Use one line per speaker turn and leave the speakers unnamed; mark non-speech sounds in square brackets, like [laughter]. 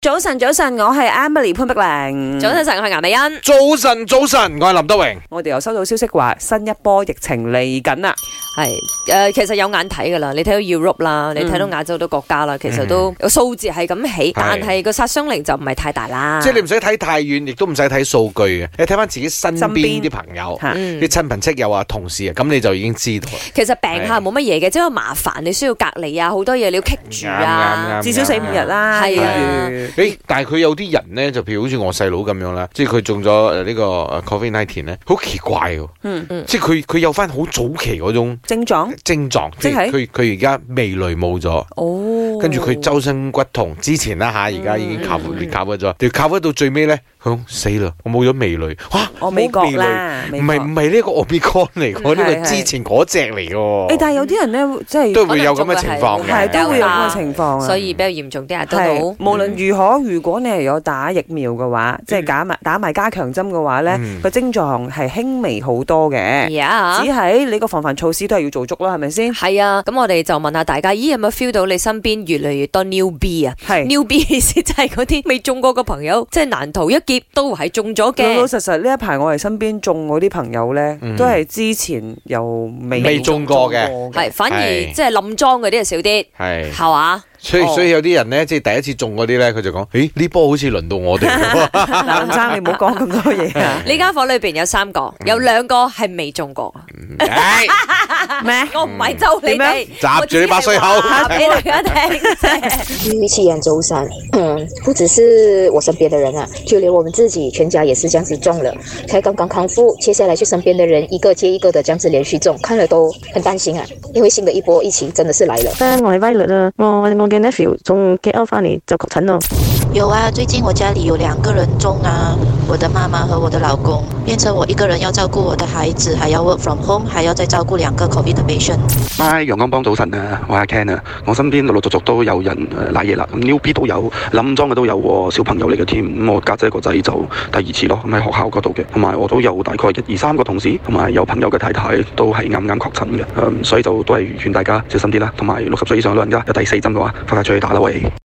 早晨，早晨，我係 Emily 潘碧玲。
早，晨，晨我係顏美欣。
早晨，早晨，我係林德榮。
我哋又收到消息話新一波疫情嚟緊啦。
係誒、呃其實有眼睇㗎啦，你睇到 Europe 啦，你睇到亞洲好多國家啦，其實都有數字係咁起，但係個殺傷力就唔係太大
啊
啦。
即係你唔使睇太遠，亦都唔使睇數據嘅，你睇翻自己身
身邊
邊啲朋友、
吓
嗯
啲親朋戚友啊、同事啊，咁你就已經
[laughs]
知道啦。
其實病下冇乜嘢嘅，只係麻煩你需要隔離啊，好多嘢你要棘住啊。
至少四五日啦。
係啊
譬如
誒，但係佢有啲人咧，就譬如好似我細佬咁樣啦，即係佢中咗誒呢個 Covid nineteen 咧，好奇怪喎。
嗯
嗯
即係佢佢有翻好早期嗰種
症狀
症狀，
即係
佢佢而家味蕾冇咗。
哦
跟住佢周身骨痛，之前啦吓，而家已經靠
嗯
你靠咗，條靠咗到最尾咧，佢講死啦，我冇咗味蕾，哇，
哦我美
冇
國
味蕾
啦，
唔係唔係呢個 Omicron 嚟
嗯
㗎，
係
呢個
係
之前嗰只嚟
誒，
㗎，
但係有啲人咧，即係
都會有咁嘅情況嘅，
係都會有咁嘅
啊
情況啊。
所以比較嚴重啲啊，得
係
到。
無論如何，如果你係有打疫苗嘅話，即係打埋打埋加強針嘅話咧，
嗯
個症狀係輕微好多嘅。
呀
只係你個防範措施都係要做足啦，係咪先？
係啊，咁我哋就問下大家，咦有冇 feel 到你身邊越嚟越多 new B 啊？
係
new B 意思就係嗰啲未中過嘅朋友，即係難逃一劫都係中咗
老老
嘅。
實實呢一排我哋身邊中嗰啲朋友咧，
嗯
都係之前又未
未中過嘅
中
[laughs]
係，反而
係
即係冧莊嗰啲就少啲，
係，
係嘛？
所以
哦
所以有啲人咧，即係第一次中嗰啲咧，佢就講，咦呢波好似輪到我哋 [laughs] 喎，
[laughs] 嗱，林生你唔好講咁多嘢啊！
呢間房裏邊有三個，
嗯
有兩個係未中過。
唉
咩？
我唔係咒你哋，
嗯閘住你把衰口
我只係話俾大家聽啫。
玉器人周三，嗯，不只是我身边的人啊，就连我们自己全家也是这样子中了，才刚刚康复，接下来就身边的人一个接一个的这样子连续中，看了都很担心啊，因为新的一波疫情真的是来了。
咧，我係 Violet 啊，我我嘅 nephew 從 KL 翻嚟就確診咯。
有啊，最近我家里有两个人中啊，我的妈妈和我的老公，变成我一个人要照顾我的孩子，还要 work from home，还要再照顾两个 COVID 的 patient。
Hi，陽光幫早晨啊，我係阿 Ken 啊，我身邊陸陸續續都有人誒賴嘢啦，new B 都有，冧裝嘅都有喎，小朋友嚟嘅添。咁我家姐個仔就第二次咯，咁喺學校嗰度嘅，同埋我都有大概一二三個同事，同埋有朋友嘅太太都係啱啱確診嗯嘅，誒、所以就都係勸大家小心啲啦，同埋六十歲以上老人家有第四針嘅話，快快出去打啦喂！